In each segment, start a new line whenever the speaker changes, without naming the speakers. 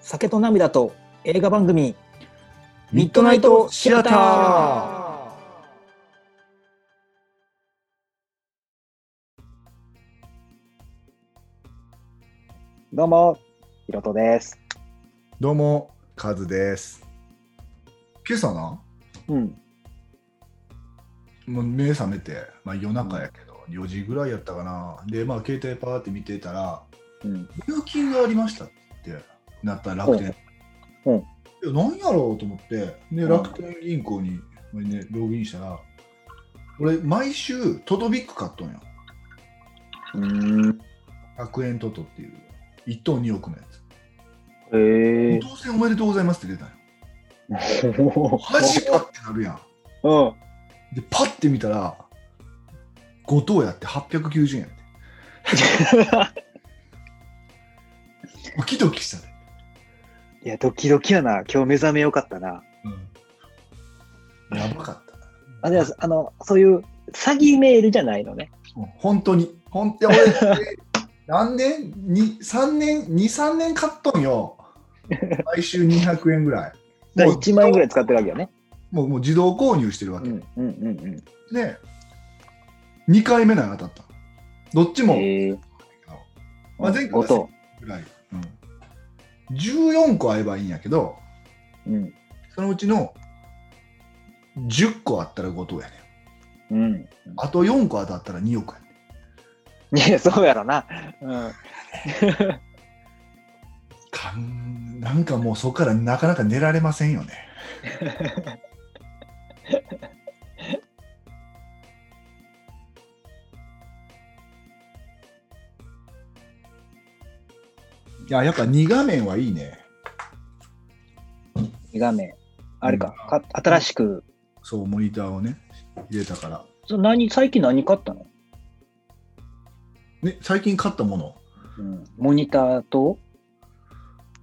酒と涙と映画番組
ミッドナイトシアター
ー
どうも、ひろとです。
どうも、カズです。今朝な、
うん。
もう目覚めて、まあ夜中やけど、4時ぐらいやったかな。で、まあ携帯パーって見てたら、
うん。
入金がありましたってなった楽天。
うん
うん。何やろうと思って、で、
ん
楽天銀行に、ね、ログインしたら、俺、毎週トドビッグ買っとんや。
うん。
100円トトっていう、1等2億のやつ。
へえ。
当選おめでとうございますって出たんよ。
お
マジかってなるやん。
うん。
で、パッて見たら、5等やって890円やって。ドキドキしたね。
いや、ドキドキやな。今日目覚めよかったな。
やばかった。
あ、じゃあ、あの、そういう詐欺メールじゃないのね。
もう本当に。本当に俺、 何年に ?3 年 ?2、3年買っとんよ。毎週200円ぐらい。
だ
もう
1万円ぐらい使ってるわけよね。
もうもう自動購入してるわ
う
け。
んうんうん
で、2回目なら当たった。どっち
うん。
も、
へえ。
まあ前回は
ごと。
ぐらい。うん、14個あればいいんやけど、
うん。
そのうちの10個あったら5等やね
うん。
ん。あと4個当たったら2億やねん。
いや、そうやろな。うん。
かんなんかもうそこからなかなか寝られませ んよね。いや、やっぱ2画面はいいね。
2画面。あれか。か新しく。
そう、モニターをね、入れたから。
そ何、最近何買ったの
ね、最近買ったもの。
うん。モニターと、あ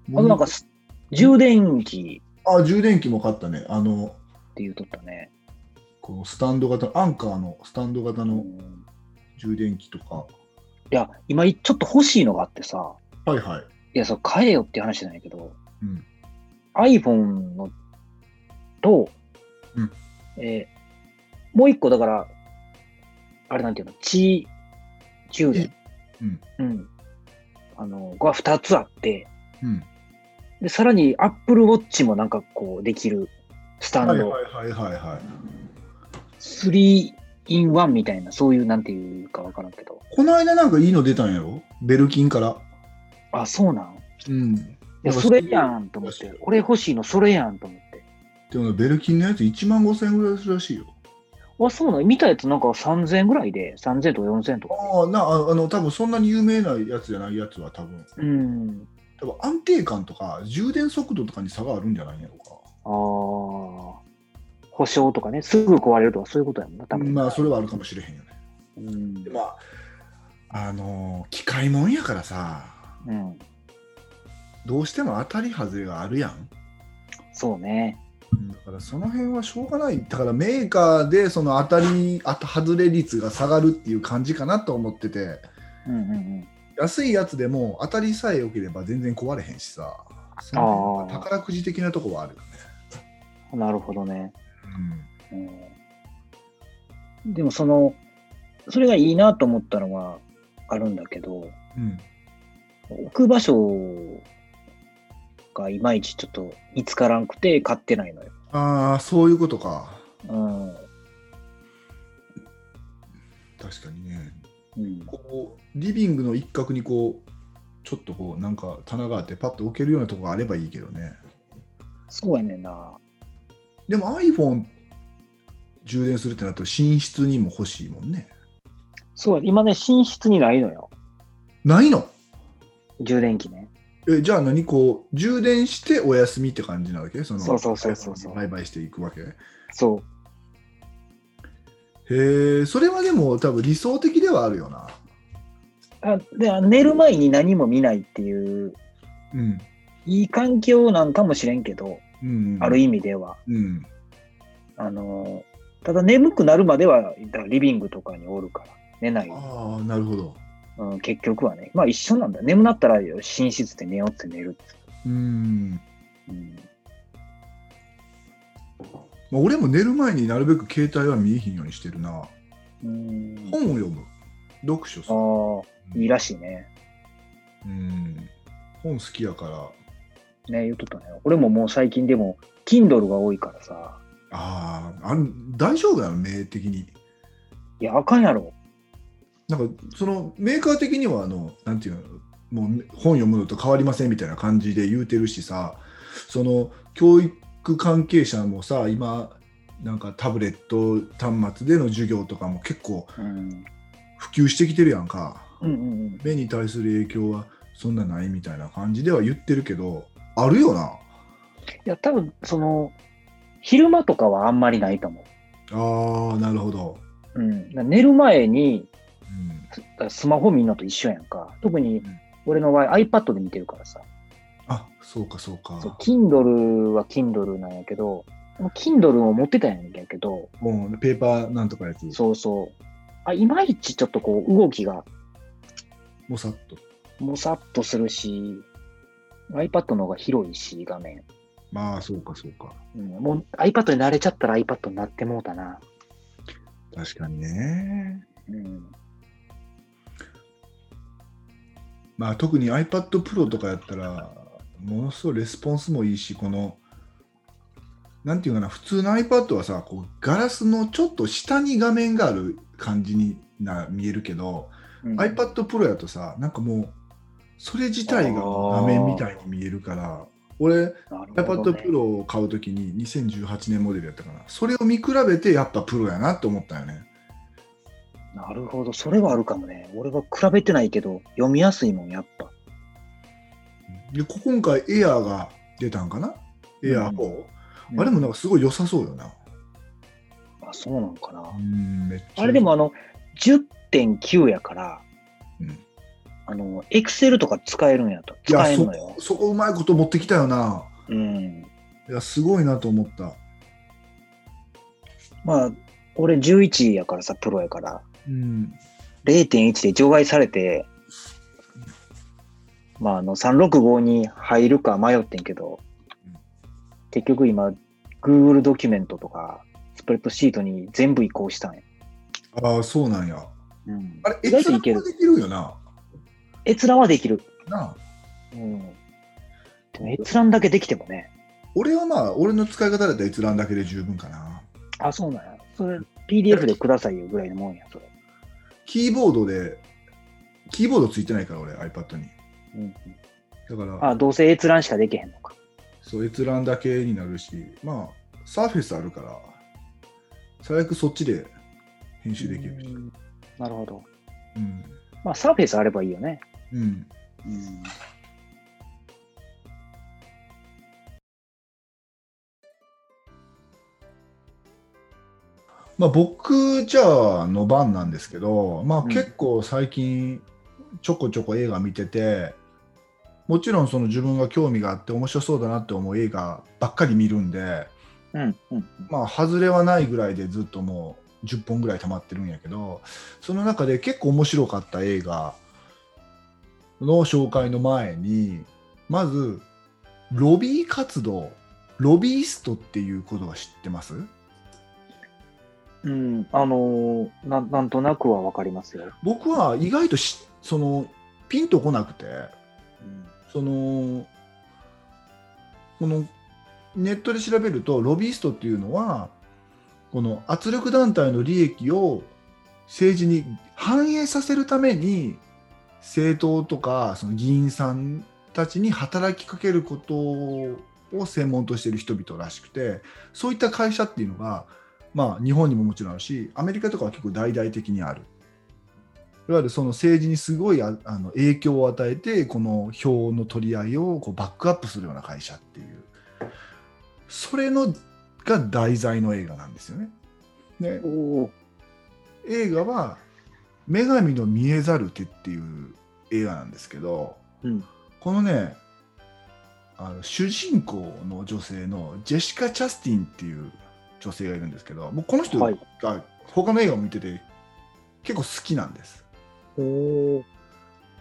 モ
と
ニ
なんかす、充電器
あ、充電器も買ったね。あの、
って言うとったね。
このスタンド型、アンカーのスタンド型
う
の
ん。
充電器とか。
いや、今いちょっと欲しいのがあってさ、
はいはい。
いや、そう、買えよっていう話じゃないけど、
うん
iPhone のと、
うん
えーもう一個、だから、あれなんていうの、地充電。
うん。
うん。あの、が二つあって、
うん。
で、さらに Apple Watch もなんかこう、できるスタンド、
はいはいはいはいはい。
3 in 1みたいな、そういう、なんていうかわからんけど。
この間なんかいいの出たんやろベルキンから。
あ、そうなんい
うん。
や、それやんと思って。俺欲しいの、それやんと思って。
でもベルキンのやつ1万5000円ぐらいするらしいよ。
あ、そうなん見たやつなんか3000円ぐらいで、3000とか4000とか。
ああ、なああの、多分そんなに有名なやつじゃないやつは多分、
うん。
多分安定感とか充電速度とかに差があるんじゃないんやろう
ああ。保証とかね、すぐ壊れるとかそういうことやもんな、多
か。
分。
まあ、それはあるかもしれへんよね。
うん
で。まあ、あのー機械もんやからさ、
うん。
どうしても当たり外れがあるやん。
そうね。
だからその辺はしょうがない。だからメーカーでその当たり、あと外れ率が下がるっていう感じかなと思ってて、
うんうんうん。
安いやつでも当たりさえ良ければ全然壊れへんしさ、その辺は宝くじ的なとこはあるよね。
なるほどね。うん。でもその、それがいいなと思ったのがあるんだけど、
うん。うん。
置く場所がいまいちちょっと見つからんくて買ってないのよ。
ああ、そういうことか。
うん。
確かにね。
うん。
こう、リビングの一角にこう、ちょっとこう、なんか棚があってパッと置けるようなとこがあればいいけどね。
そうやねんな。
でも iPhone 充電するってなると寝室にも欲しいもんね。
そう、今ね、寝室にないのよ。
ないの
充電器ね。
えじゃあ何こう充電してお休みって感じなわけその
そうそうそうそうそう
売買していくわけへ
そ
えそれはでも多分理想的ではあるよな
う。あであ寝る前に何も見ないっていう、
うん、
いい環境なんかもしれんけど、
うん、
ある意味では。
うん
あの、ただ眠くなるまでは、だからリビングとかにおるから、寝ない。
ああなるほど
うん、結局はね。まあ一緒なんだ。眠なったら寝室で寝ようって寝るって。
うん。
うん
まあ、俺も寝る前になるべく携帯は見えひんようにしてるな。
うん
本を読む。読書する。
ああ、いいらしいね。
うん。本好きやから。
ね、言うとったね。俺ももう最近でも、Kindle が多いからさ。
ああ、あん大丈夫だよ、目的に。
いや、あかんやろ。
なんか、そのメーカー的には、あの、なんていうの、もう本読むのと変わりませんみたいな感じで言うてるしさ、その教育関係者もさ、今、なんかタブレット端末での授業とかも結構
うん。
普及してきてるやんか。
うんうん
目に対する影響はそんなないみたいな感じでは言ってるけどあるよない
や、多分、その、昼間とかはあんまりないと思
あーなるほど、
う。うん。だから寝る前に、
うん、
だからスマホみんなと一緒やんか。特に
ん、
俺の場合 iPad で見てるからさ。
あそうかそうか
そう、Kindle は Kindle なんやけど、Kindle を持ってたんやけど、
もうペーパーなんとかやつ
そうそう。あ、いまいちちょっとこう、動きが
もさっと
もさっとするし、iPad の方が広いし、画面。
まあそうかそうか
うん、もう iPad に慣れちゃったら iPad になってもうたな。
確かにね
うん。
まあ特に iPadPro とかやったらものすごいレスポンスもいいしこのなんていうかな普通の iPad はさこうガラスのちょっと下に画面がある感じにな見えるけど、
うん
iPad Pro やとさなんかもうそれ自体が画面みたいに見えるから俺
なるほど
iPad
ね
Pro を買う時に2018年モデルやったからそれを見比べてやっぱプロやなと思ったよね
なるほど。それはあるかもね。俺は比べてないけど、読みやすいもん、やっぱ。
でこ今回 Air が出たんかな Air4、
うん
あれもなんかすごい良さそうよな
あ、そうなのかな。
うんめっちゃ
あれでもあの、10.9やから、
うん
あの、Excel とか使えるんやと。
いや
使える
そ
のよ
こ。そこうまいこと持ってきたよな
うん。
いやすごいなと思った
まあ、俺11やからさ、プロやから。
うん
0.1で除外されて、まあ、あの365に入るか迷ってんけど
うん、
結局今、Google ドキュメントとか、スプレッドシートに全部移行したんや。
ああそうなんや
うん
あれ
意外と
閲
い
覧も
け
で
る。
きるよな
閲覧はできる。
なあ
うん。でも閲覧だけできてもね。
俺はまあ、俺の使い方だったら閲覧だけで十分かな。
あ、そうなんや。それ、PDF でくださいよぐらいのもんや、それ。
キーボードで、キーボードついてないから俺、iPad に。
うん、
だから、
あ、どうせ閲覧しかできへんのか。
そう閲覧だけになるし、まあ、サーフェスあるから、最悪そっちで編集できるし。
うんなるほど。
うん。
まあ、サーフェイスあればいいよね。
うん。
うん
まあ僕、じゃあ、の番なんですけど、まあ
うん
結構最近、ちょこちょこ映画見てて、もちろんその自分が興味があって面白そうだなって思う映画ばっかり見るんで、
うんうん
まあ、外れはないぐらいでずっともう10本ぐらい溜まってるんやけどその中で結構面白かった映画の紹介の前にまずロビー活動ロビーストっていうことは知ってます
うん、あのーなん、なんとなくはわかりますよ。
僕は意外としそのピンとこなくてそのこのネットで調べるとロビーストっていうのはこの圧力団体の利益を政治に反映させるために政党とかその議員さんたちに働きかけることを専門としている人々らしくてそういった会社っていうのが、まあ、日本にももちろんあるしアメリカとかは結構大々的にある。いわゆるその政治にすごいああの影響を与えてこの票の取り合いをこうバックアップするような会社っていうそれのが題材の映画なんですよね。で
うん、おお、
映画は「女神の見えざる手」っていう映画なんですけど、
うん
このねあの主人公の女性のジェシカ・チャスティンっていう女性がいるんですけどもうこの人
はい
が他の映画を見てて結構好きなんです。
おお、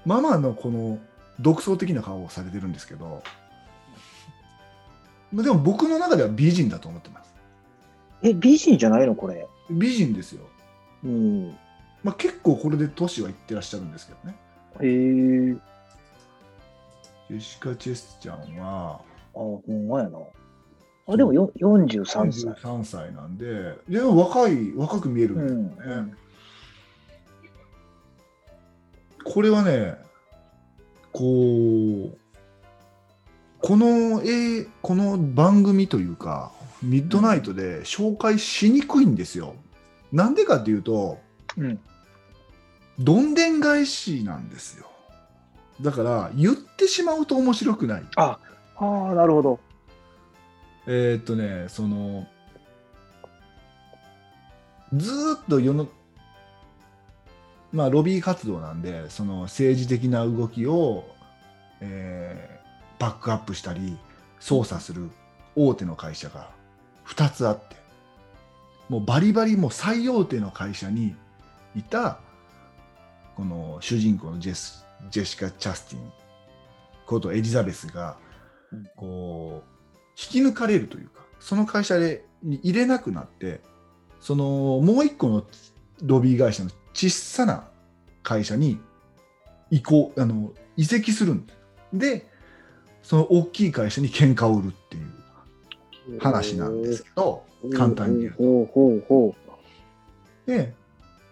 ママのこの独創的な顔をされてるんですけどまあでも僕の中では美人だと思ってます。
え、美人じゃないのこれ。
美人ですよ。
うん。へ
まあ、結構これで年はいってらっしゃるんですけどね。
えー。
ジェシカ・チェスちゃん
あ、
は
ほんまやな。あ、でもよ43歳。
33歳なんで、でも若い、若く見えるんですよね。
うん
これはね、こう、この、えーこの番組というか、ミッドナイトで紹介しにくいんですよ。なんでかっていうと、
うん。
どんでん返しなんですよ。だから、言ってしまうと面白くない。
あ、ああ、なるほど。
えーっとね、その、ずーっと世の、まあ、ロビー活動なんで、その政治的な動きを、えーバックアップしたり、操作する大手の会社が2つあって、もうバリバリもう最大手の会社にいた、この主人公のジェスジェシカ・チャスティンことエリザベスが
うん、
こう、引き抜かれるというかその会社でに入れなくなってそのもう一個のロビー会社の小さな会社に移行あの移籍するんですでその大きい会社に喧嘩を売るっていう話なんですけど簡単に言うと
ほうほうほう。
で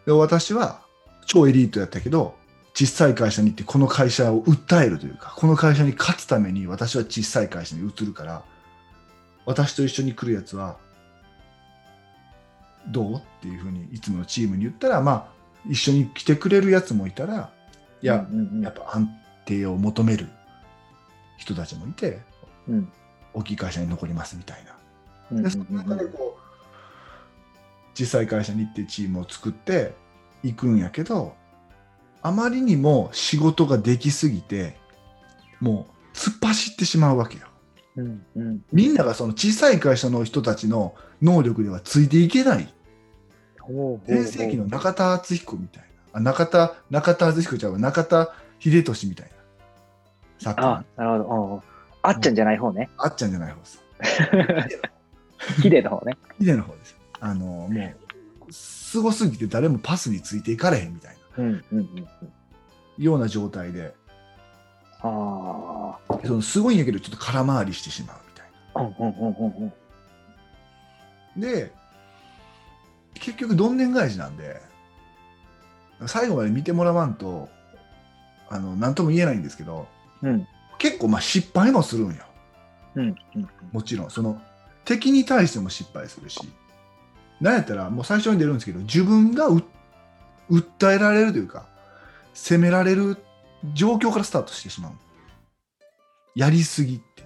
で私は超エリートやったけど小さい会社に行ってこの会社を訴えるというかこの会社に勝つために私は小さい会社に移るから私と一緒に来るやつはどうっていうふうにいつものチームに言ったらまあ一緒に来てくれるやつもいたらいや、
うんうんうん
やっぱ安定を求める人たちもいて、
うん
大きい会社に残りますみたいな。
うんうん
でその中でこう小さい会社に行ってチームを作っていくんやけどあまりにも仕事ができすぎてもう突っ走ってしまうわけよ。
うんうん。
みんながその小さい会社の人たちの能力ではついていけない
ほうほうほう
全盛期の中田敦彦みたいなあ中田中田敦彦ちゃんは中田秀俊みたいなサッカーの
あ、なるほど。ああっちゃんじゃない方ね。
あっちゃんじゃない方です。
綺麗な方ね。
ヒデの方です。あのもうすごすぎて誰もパスについていかれへんみたいな
うんうんうん。
ような状態で
あ
そのすごいんやけどちょっと空回りしてしまうみたい
あ。うんうんうんうんうん。
な。で結局どんでん返しなんで最後まで見てもらわんとあの何とも言えないんですけど
うん
結構まあ失敗もするんよ
うんうん
もちろんその敵に対しても失敗するしなんやったらもう最初に出るんですけど自分がう訴えられるというか責められる状況からスタートしてしまうやりすぎって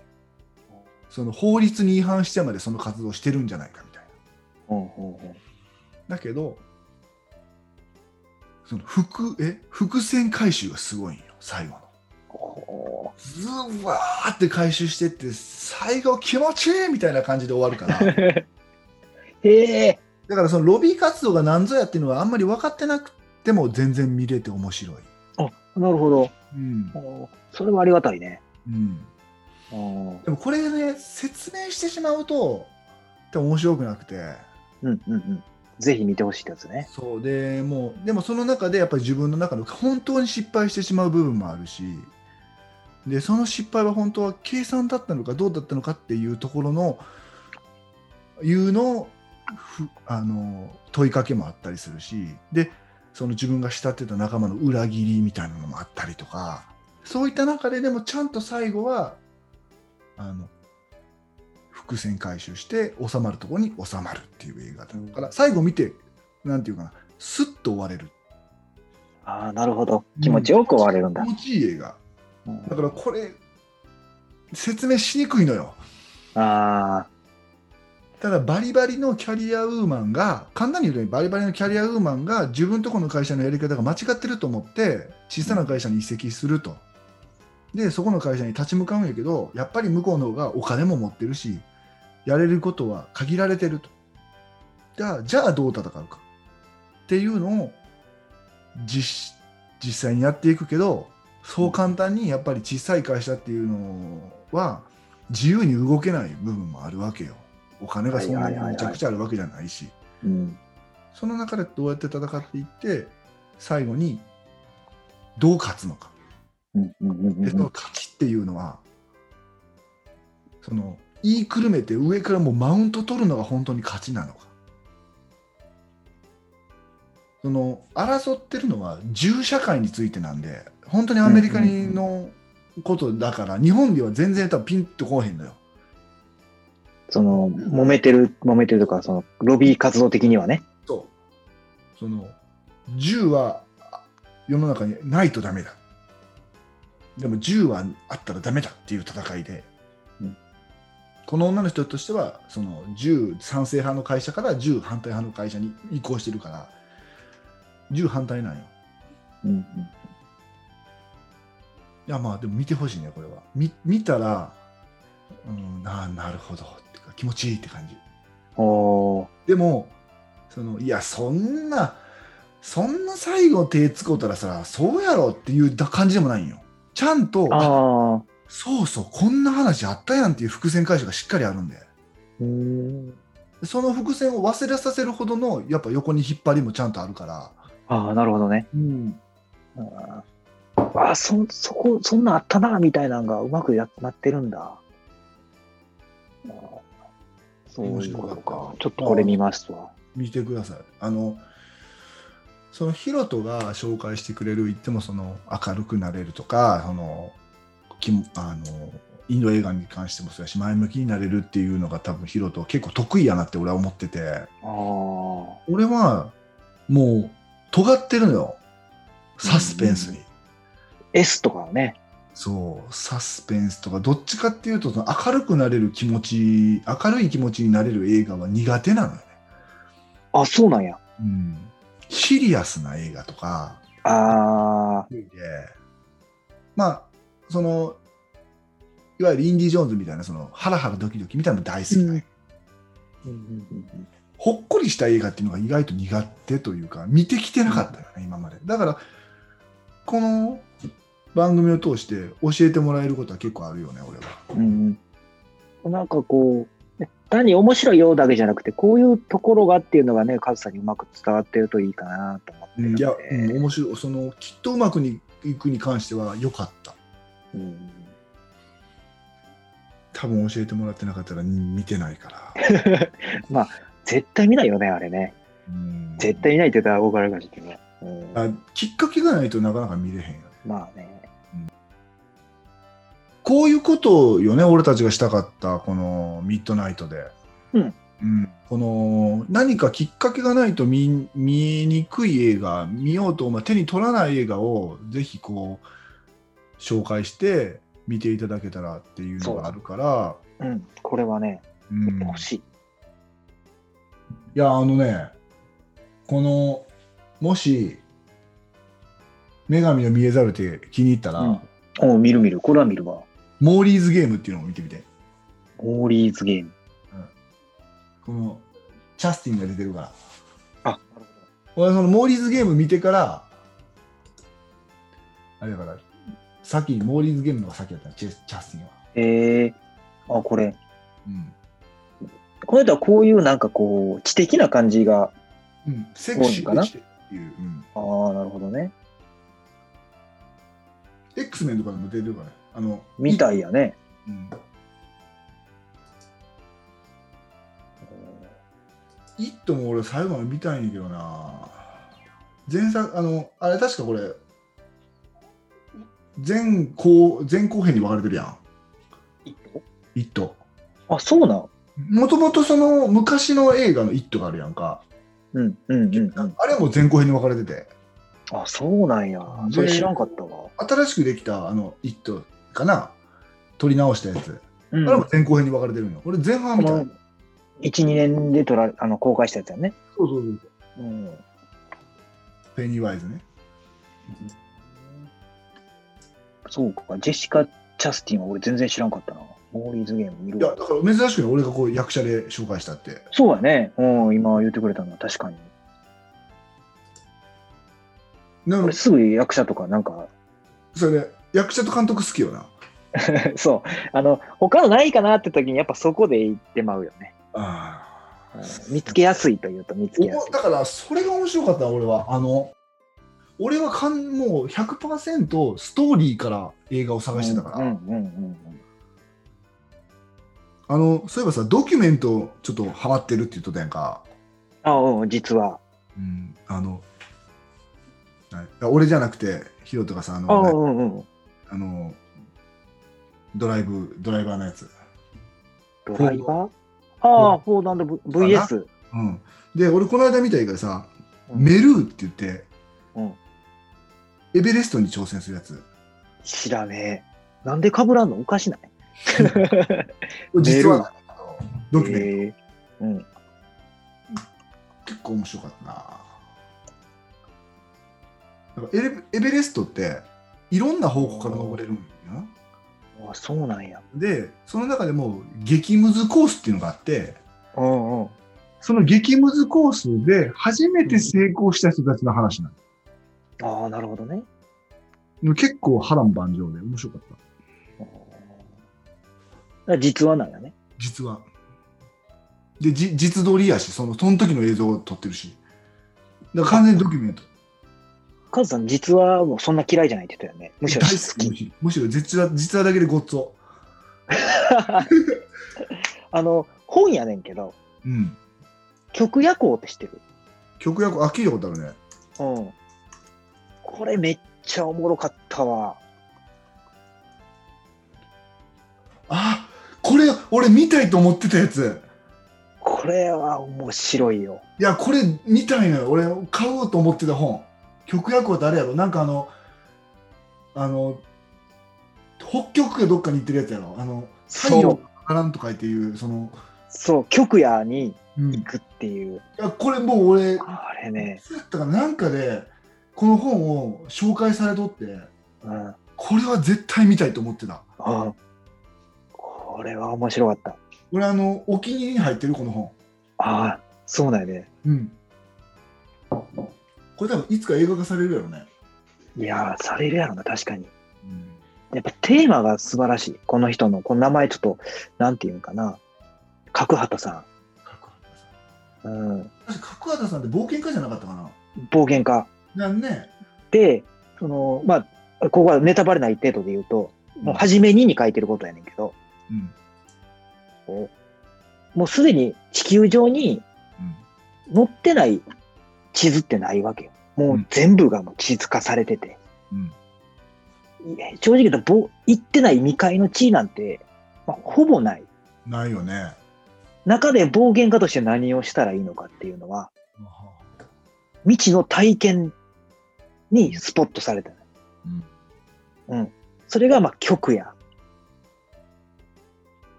その法律に違反してまでその活動してるんじゃないかみたい
ほうほうほ
なだけどその伏え伏線回収がすごいんよ最後
う
の
ほ
ズワーって回収してって最後気持ちいいみたいな感じで終わるから
う。へえ。
だからそのロビー活動が何ぞやっていうのはあんまり分かってなくても全然見れて面白い。
なるほど。
うん
おそれはありがたいね。
うん、
うん
でもこれね説明してしまうと多分面白くなくて
うんうんうん。ぜひ見てほしいってやつね。
そうでもうでもその中でやっぱり自分の中の本当に失敗してしまう部分もあるしでその失敗は本当は計算だったのかどうだったのかっていうところのいうのをふあの問いかけもあったりするしでその自分が慕ってた仲間の裏切りみたいなのもあったりとかそういった中ででもちゃんと最後はあの伏線回収して収まるところに収まるっていう映画だから最後見てなんていうかなスッと終われる
ああ、なるほど。気持ちよく終われるんだ
気。持ちいい映画
うん
だからこれ説明しにくいのよ
ああ、
ただバリバリのキャリアウーマンが簡単に言うとねバリバリのキャリアウーマンが自分とこの会社のやり方が間違ってると思って小さな会社に移籍するとでそこの会社に立ち向かうんやけどやっぱり向こうの方がお金も持ってるしやれることは限られてるとじゃあじゃあどう戦うかっていうのを実実際にやっていくけどそう簡単にやっぱり小さい会社っていうのは自由に動けない部分もあるわけよお金がそんな
はい
に
はいはいはい
めちゃくちゃあるわけじゃないし
うん。
その中でどうやって戦っていって最後にどう勝つのか
うん。うん。うん
でその勝ちっていうのはその言いくるめて上からもうマウント取るのが本当に勝ちなのかその争ってるのは銃社会についてなんで本当にアメリカにのことだから日本では全然多分ピンとこうへんのよ
その、揉めてる、揉めてるとか、その、ロビー活動的にはね。
そうその銃はあ世の中にないとダメだでも銃はあったらダメだっていう戦いで、
うん
この女の人としてはその銃賛成派の会社から銃反対派の会社に移行してるから銃反対なんよ
うん。
いやまあでも見てほしいねこれは見見たらうんああなるほどってか気持ちいいって感じ
うん、おー
でもそのいやそんなそんな最後手つこうたらさそうやろっていう感じでもないんよちゃんとあ
ああ。
そうそうこんな話あったやんっていう伏線回収がしっかりあるんで
うん。
その伏線を忘れさせるほどのやっぱ横に引っ張りもちゃんとあるから、
ああ、なるほどね。
うん、
あーあー、そ、そこ、そんなんあったな、みたいなのがうまくやなってるんだ。あーそういうことか。ちょっとこれ見ますわ。
見てくださいあのそのヒロトが紹介してくれるいってもその明るくなれるとかそのきもあのインド映画に関してもそうやし前向きになれるっていうのが多分ヒロト結構得意やなって俺は思ってて
ああ。
俺はもう尖ってるのよサスペンスに、
S とかはね。
そうサスペンスとかどっちかっていうとその明るくなれる気持ち明るい気持ちになれる映画は苦手なのよね、
あ、そうなんや。
うん、シリアスな映画とか
ああ。
で、まあ、その、いわゆるインディ・ジョーンズみたいな、その、ハラハラドキドキみたいなのも大好きな、
うんうん
ほっこりした映画っていうのが意外と苦手というか、見てきてなかったよね、今まで。だから、この番組を通して教えてもらえることは結構あるよね、俺は。
うんうん。なんかこう、ね単に面白いようだけじゃなくて、こういうところがっていうのがね、カズさんにうまく伝わってるといいかなと思ってるん
い
で。
や、うん面白い。その、きっとうまくにいくに関しては良かった。
うん
多分教えてもらってなかったら見てない から。
絶対見ないよね、あれね。
うん
絶対見ないって言ったら大からかもしれないけどね。うん
あきっかけがないとなかなか見れへんよね。
まあね。
こういうことよね、俺たちがしたかった、このミッドナイトで。
うん
うんこの何かきっかけがないと見見えにくい映画、見ようと、まあ、手に取らない映画をぜひこう紹介して見ていただけたらっていうのがあるから、
うん。これはね、
うん、い
欲しい。
や、あのね、このもし、女神の見えざるって気に入ったら、
うんおう見る見る。これは見るわ。
モーリーズゲームっていうのを見てみて、
モーリーズゲーム。
このチャスティンが出てるから。
あ、なるほど。
俺はそのモーリーズゲーム見てからあれだから先にモーリーズゲームの方が先だったのチェスチャスティンは、
ええあ、これ。
うん
この人はこういうなんかこう、知的な感じが。
セクシ
そうなのかな
ーでしてっていう、うん、
ああ、なるほどね。
X メンとかでも出てるからねあの
みた
い、
いやね。
うん
う
「イット!」も俺最後まで見たいんやけどな前作あのあれ確かこれ前後前後編に分かれてるやん
ん
「イット!
あ、そうなん。」
もともとその昔の映画の「イット!」があるやんか、
うん、うん、うんうん。
あれも前後編に分かれてて
あ、そうなんや。それ知らんかったわ。
新しくできたあの「イット!」かな撮り直したやつ、
うん。
あれも前後編に分かれてるの俺前半みたいな、
1、2年で撮られあの公開したやつやね。
そうそうそう
うん。
ペニーワイズね
そうか、ジェシカ・チャスティンは俺全然知らんかったな。モーリーズゲーム見
い
る
やだ
わ。
から珍しくね俺がこう役者で紹介したって
そうやね。うん、今言ってくれたのは確かに。
なの
俺すぐ役者とかなんか、
それで役者と監督好きよな
そう。あの、他のないかなって時に、やっぱそこで行ってまうよね。
あ
うん見つけやすいというと見つ
ー
けやす
おだからそれが面白かったな俺はあの俺はかんもう100%ストーリーから映画を探
い。
してたから、
うんうんうん
あのそういえばさドキュメントちょっとハマってるって言っとったやんか、
あうん、実は。
うん、あのはい俺じゃなくてヒロとかさあ
あう
の
んうんうん。
あのドライブドライバーのやつ、
ドライバーああ、フォーダンド VS。
うん、で俺この間見た映画でさ、
うん
メルーって言って、
うん
エベレストに挑戦するやつ
知らねえ。なんで被らんのおかしない
実はドキュメント、
えーうん。
結構面白かったななんかエレエベレストっていろんな方向から登れるんやな
あそうなんや。
でその中でも激ムズコースっていうのがあって
うんうん。
その激ムズコースで初めて成功した人たちの話な
ああ、なるほどね。
の、結構波乱万丈で面白かった
あー実話なんやね。
実はでじ実撮りやしそのその時の映像を撮ってるしだから完全にドキュメント
カズさん、実話もそんな嫌いじゃないって言ったよね。むしろ
大
好き。
きむしろ実は実はだけでごっつお
あの、本やねんけど、
うん
曲夜行って知ってる
曲役あ聞いたことあるね
うん。これめっちゃおもろかったわ。
あこれ俺見たいと思ってたやつ
これは面白いよ。
いやこれ見たいのよ俺買おうと思ってた本曲役は誰やろなんかあのあの北極がどっかに行ってるやつやろあの太
そ
陽
う
がなんとかっていうその、
そう、曲屋に
うん、
行
い
くっていう。
やこれもう俺
あれね、
そうやったかななんかでこの本を紹介されとって
うん。うん。
これは絶対見たいと思ってた
これは面白かった。
俺あのお気に入りに入ってるこの本
ああ、そうだよね。
うんこれ多分いつか映画化されるやろね、
いやー、されるやろな、確かに。
うん、
やっぱテーマが素晴らしい。この人の、この名前ちょっと、なんていうんかな。角畑さ
角畑さん
ん。うん。
確か角畑さんって冒険家じゃなかったかな
暴言家。
なんね
で、その、まあ、ここはネタバレない程度で言うと、もう初めにに書いてることやねんけど、
うん
こうもうすでに地球上に載ってない地図ってないわけよ。もう全部がもう地図化されてて。
うん
いや正直言うと、ぼ行ってない未開の地なんて、まあ、ほぼない。
うんないよね
中で暴言家として何をしたらいいのかっていうのは、未知の体験にスポットされた。
うん
それが、まあ、極夜っ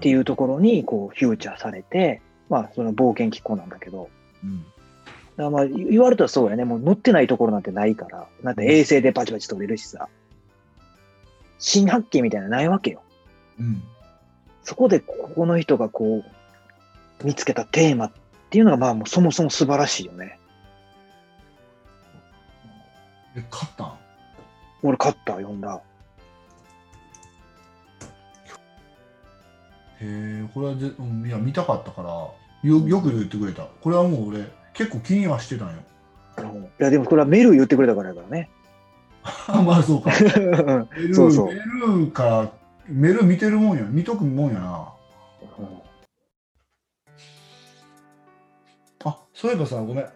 ていうところに、こう、フューチャーされて、まあ、その冒険機構なんだけど、
うん
だからまあ、言言われたらそうやね。もう乗ってないところなんてないから、だって衛星でバチバチ飛べるしさ、新発見みたいなのないわけよ。
うん
そこで、ここの人がこう、見つけたテーマっていうのが、まあ、もうそもそも素晴らしいよね。
え勝ったん
俺、カッター読んだ。
へえこれはぜ、うん、いや見たかったからよよく言ってくれたこれはもう俺結構気にはしてたんよ
うんいや、でもこれはメル言ってくれたからやからね。
あまあそうか
うん
メル
そうそう
メルからメル見てるもんや見とくもんやなあそういえばさごめんもう、え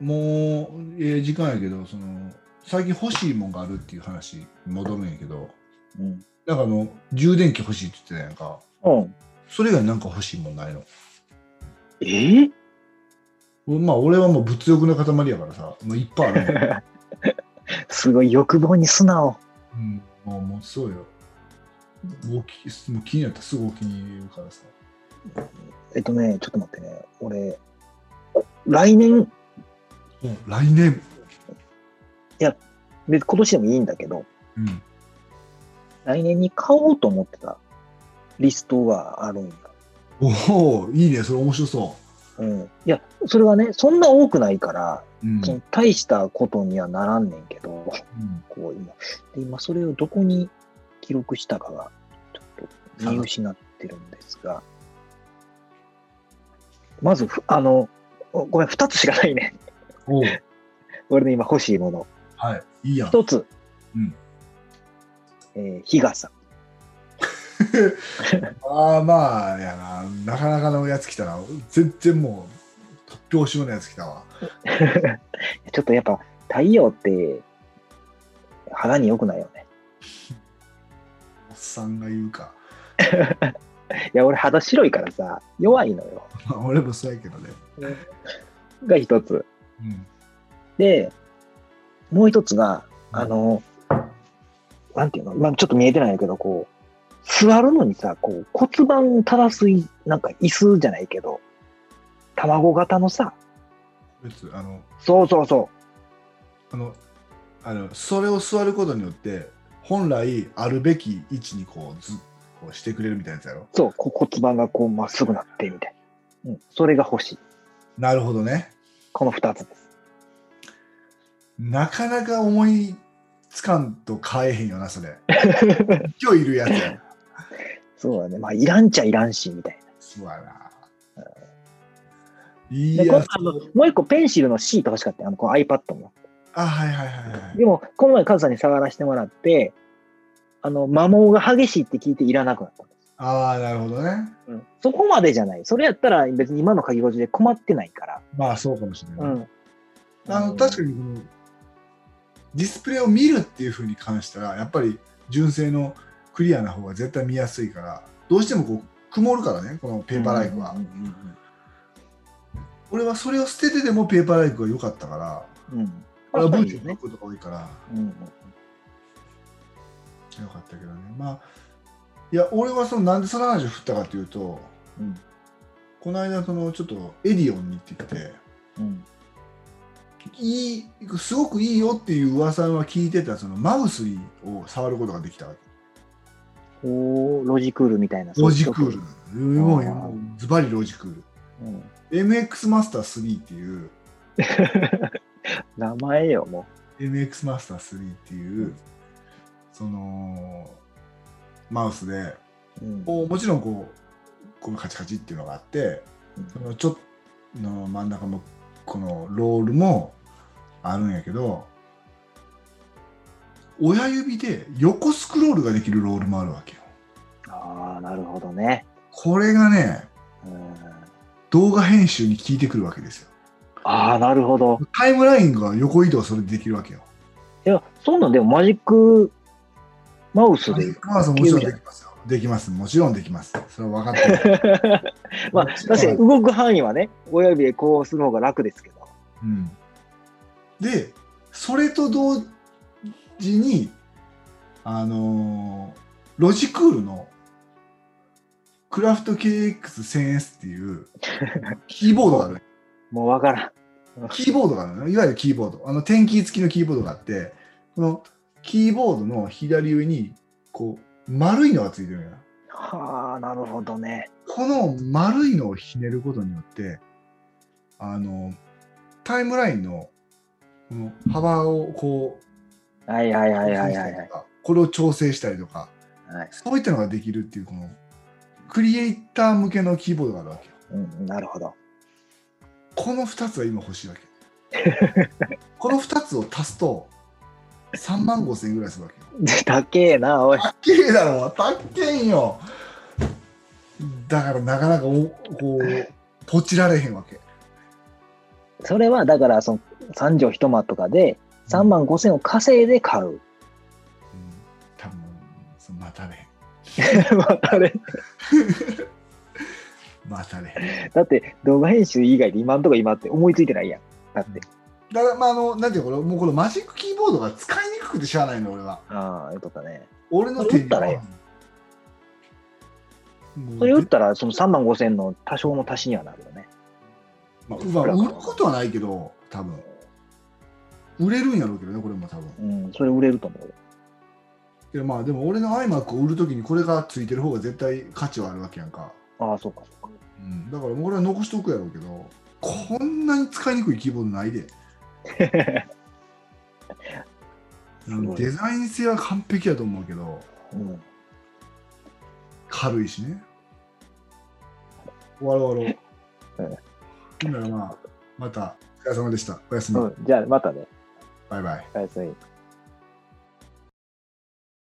ー時間やけどその最近欲しいもんがあるっていう話に戻るんやけど
うん。
なんかあの充電器欲しいって言ってたやんか
うん。
それ以外なんか欲しいもんないの
えー
まあ俺はもう物欲の塊やからさもういっぱいある もん、
すごい欲望に素直。
うん、もうもうそうよもうきもう気になったらすぐお気に入り言うからさ
えっとね、ちょっと待ってね。俺、来年、い
もう来年
や、別に今年でもいいんだけど、
うん
来年に買おうと思ってたリストがあるんだ。
おおいいねそれ面白そ
うん。いや、それはね、そんな多くないから、
ううん、
その大したことにはならんねんけど、
うん
こう今。で、今それをどこに記録したかが、ちょっと見失ってるんですが、まずふ、あの、おごめん、2つしかないね。
おう
俺の今欲しいもの。
はい。いいやん。
1つ、
うん、
えー日傘。
まあまあやな、なかなかのやつ来たな。全然もう、突拍子もないやつ来たわ。
ちょっとやっぱ、太陽って、肌に良くないよね。
おっさんが言うか。
いや、俺肌白いからさ、弱いのよ。
まあ、俺もそうやけどね。
が一つ。
うん。
で、もう一つが、あの、なんていうの、まあ、ちょっと見えてないんだけど、こう、座るのにさ、こう骨盤正すい、なんか椅子じゃないけど、卵型のさ、
別あの、
そうそうそ
あの、あの、それを座ることによって、本来あるべき位置にこう、ずこうしてくれるみたいなやつやろ。
う、そう、こう骨盤がこうまっすぐなって、みたいな。うん、それが欲しい。
なるほどね。
この二つです。
なかなか思いつかんと買えへんよな、それ。今日いるやつやな。
そうだね。まあ、いらんちゃいらんし、みたい
そうやな。い
な。でこ
や
の、あのもう一個ペンシルのシート欲しかったよあの、この iPad の。
あ、はいはいはいはい。
でも、この前カズさんに触らせてもらって、あの、摩耗が激しいって聞いていらなくなった。
ああ、なるほどね。
うん、そこまでじゃない。それやったら別に今の書き心地で困ってないから。
まあそうかもしれ
う
ない。
ん。
あの確かにこのディスプレイを見るっていうふうに関したらやっぱり純正のクリアな方が絶対見やすいからどうしてもこう曇るからねこのペーパーライクは、
うん
俺はそれを捨ててでもペーパーライクが良かったから
うん。うん。
俺はブ
確か
ー
に
ツのことが多いから
うん
良かったけどねまあいや俺はそのなんでその話を振ったかというと
うん
この間そのちょっとエディオンに行ってきて
うん。
いいすごくいいよっていう噂は聞いてたそのマウスを触ることができたわけ
おーロジクールみたいな。
ロジクー
そういう
ル。もう
あー
もうズバリロジクール。
とこ。うん
MX マスター3っていう、
名前よ、も
MX マスター3っていう、その、マウスで、
う。うん
こうもちろんこう、このカチカチっていうのがあって、そのちょっとの真ん中も、このロールもあるんやけど、親指で横スクロールができるロールもあるわけよ。
ああ、なるほどね。
これがね、
うん、
動画編集に効いてくるわけですよ。
ああ、なるほど。
タイムラインが横移動それでできるわけよ。
いや、そんなんでもマジックマウス
マ
で
ジックマウスももちろんできますよ。できます。もちろんできます。それは分かってる。
まあ、確かに動く範囲はね、親指でこうする方が楽ですけど。
うん、で、それと同時に、あのーロジクールのクラフト KX1000S っていうキーボードがある。
もうわからん。
キーボードがあるのよいわゆるキーボード。あの、点キー付きのキーボードがあって、このキーボードの左上に、こう、丸いのがついてるのよ。
はあ、なるほどね。
この丸いのをひねることによってあのタイムラインのこの幅をこう
はいはいはいはい
調
はい
整し
はい
たりと。かこれを調整したりとか
はい
そういったのができるっていうこのクリエイター向けのキーボードがあるわけよ
うん、なるほど。
この2つが今欲しいわ けこの2つを足すと3万5千円ぐらいするわけよ
高えな、おい。
たっけえだろたっけんよだからなかなかおこうポチられへんわけ
それは、だから、その、三畳一間とかで、3万5千を稼いで買 う。
うん多分その待たれへん
あれ
待たれへん
だって、動画編集以外で今んとこ今って思いついてないやん。だって。
だからまああのなんていうのこれもうこのマジックキーボードが使いにくくてしゃあないの俺は
ああ、よかったね。
俺の手
打ったらええ
もう
それ打ったら、その3万5千の多少の足しにはなるよね。
まあまあ売ることはないけど多分売れるんやろうけどねこれも多分
うん、それ売れると思うよ。
いやまあでも俺の iMac を売るときにこれがついてる方が絶対価値はあるわけやんか、
ああ、そうか、そうか。
うん、だからもうこれは残しておくやろうけどこんなに使いにくいキーボード ないで
すごい
デザイン性は完璧やと思うけど
うん。
軽いしね。わろわろ。
え
ほんならまあ、また、お疲れ様でした。おやすみ。
うん、じゃあ、またね。
バイバイ。
おやすみ。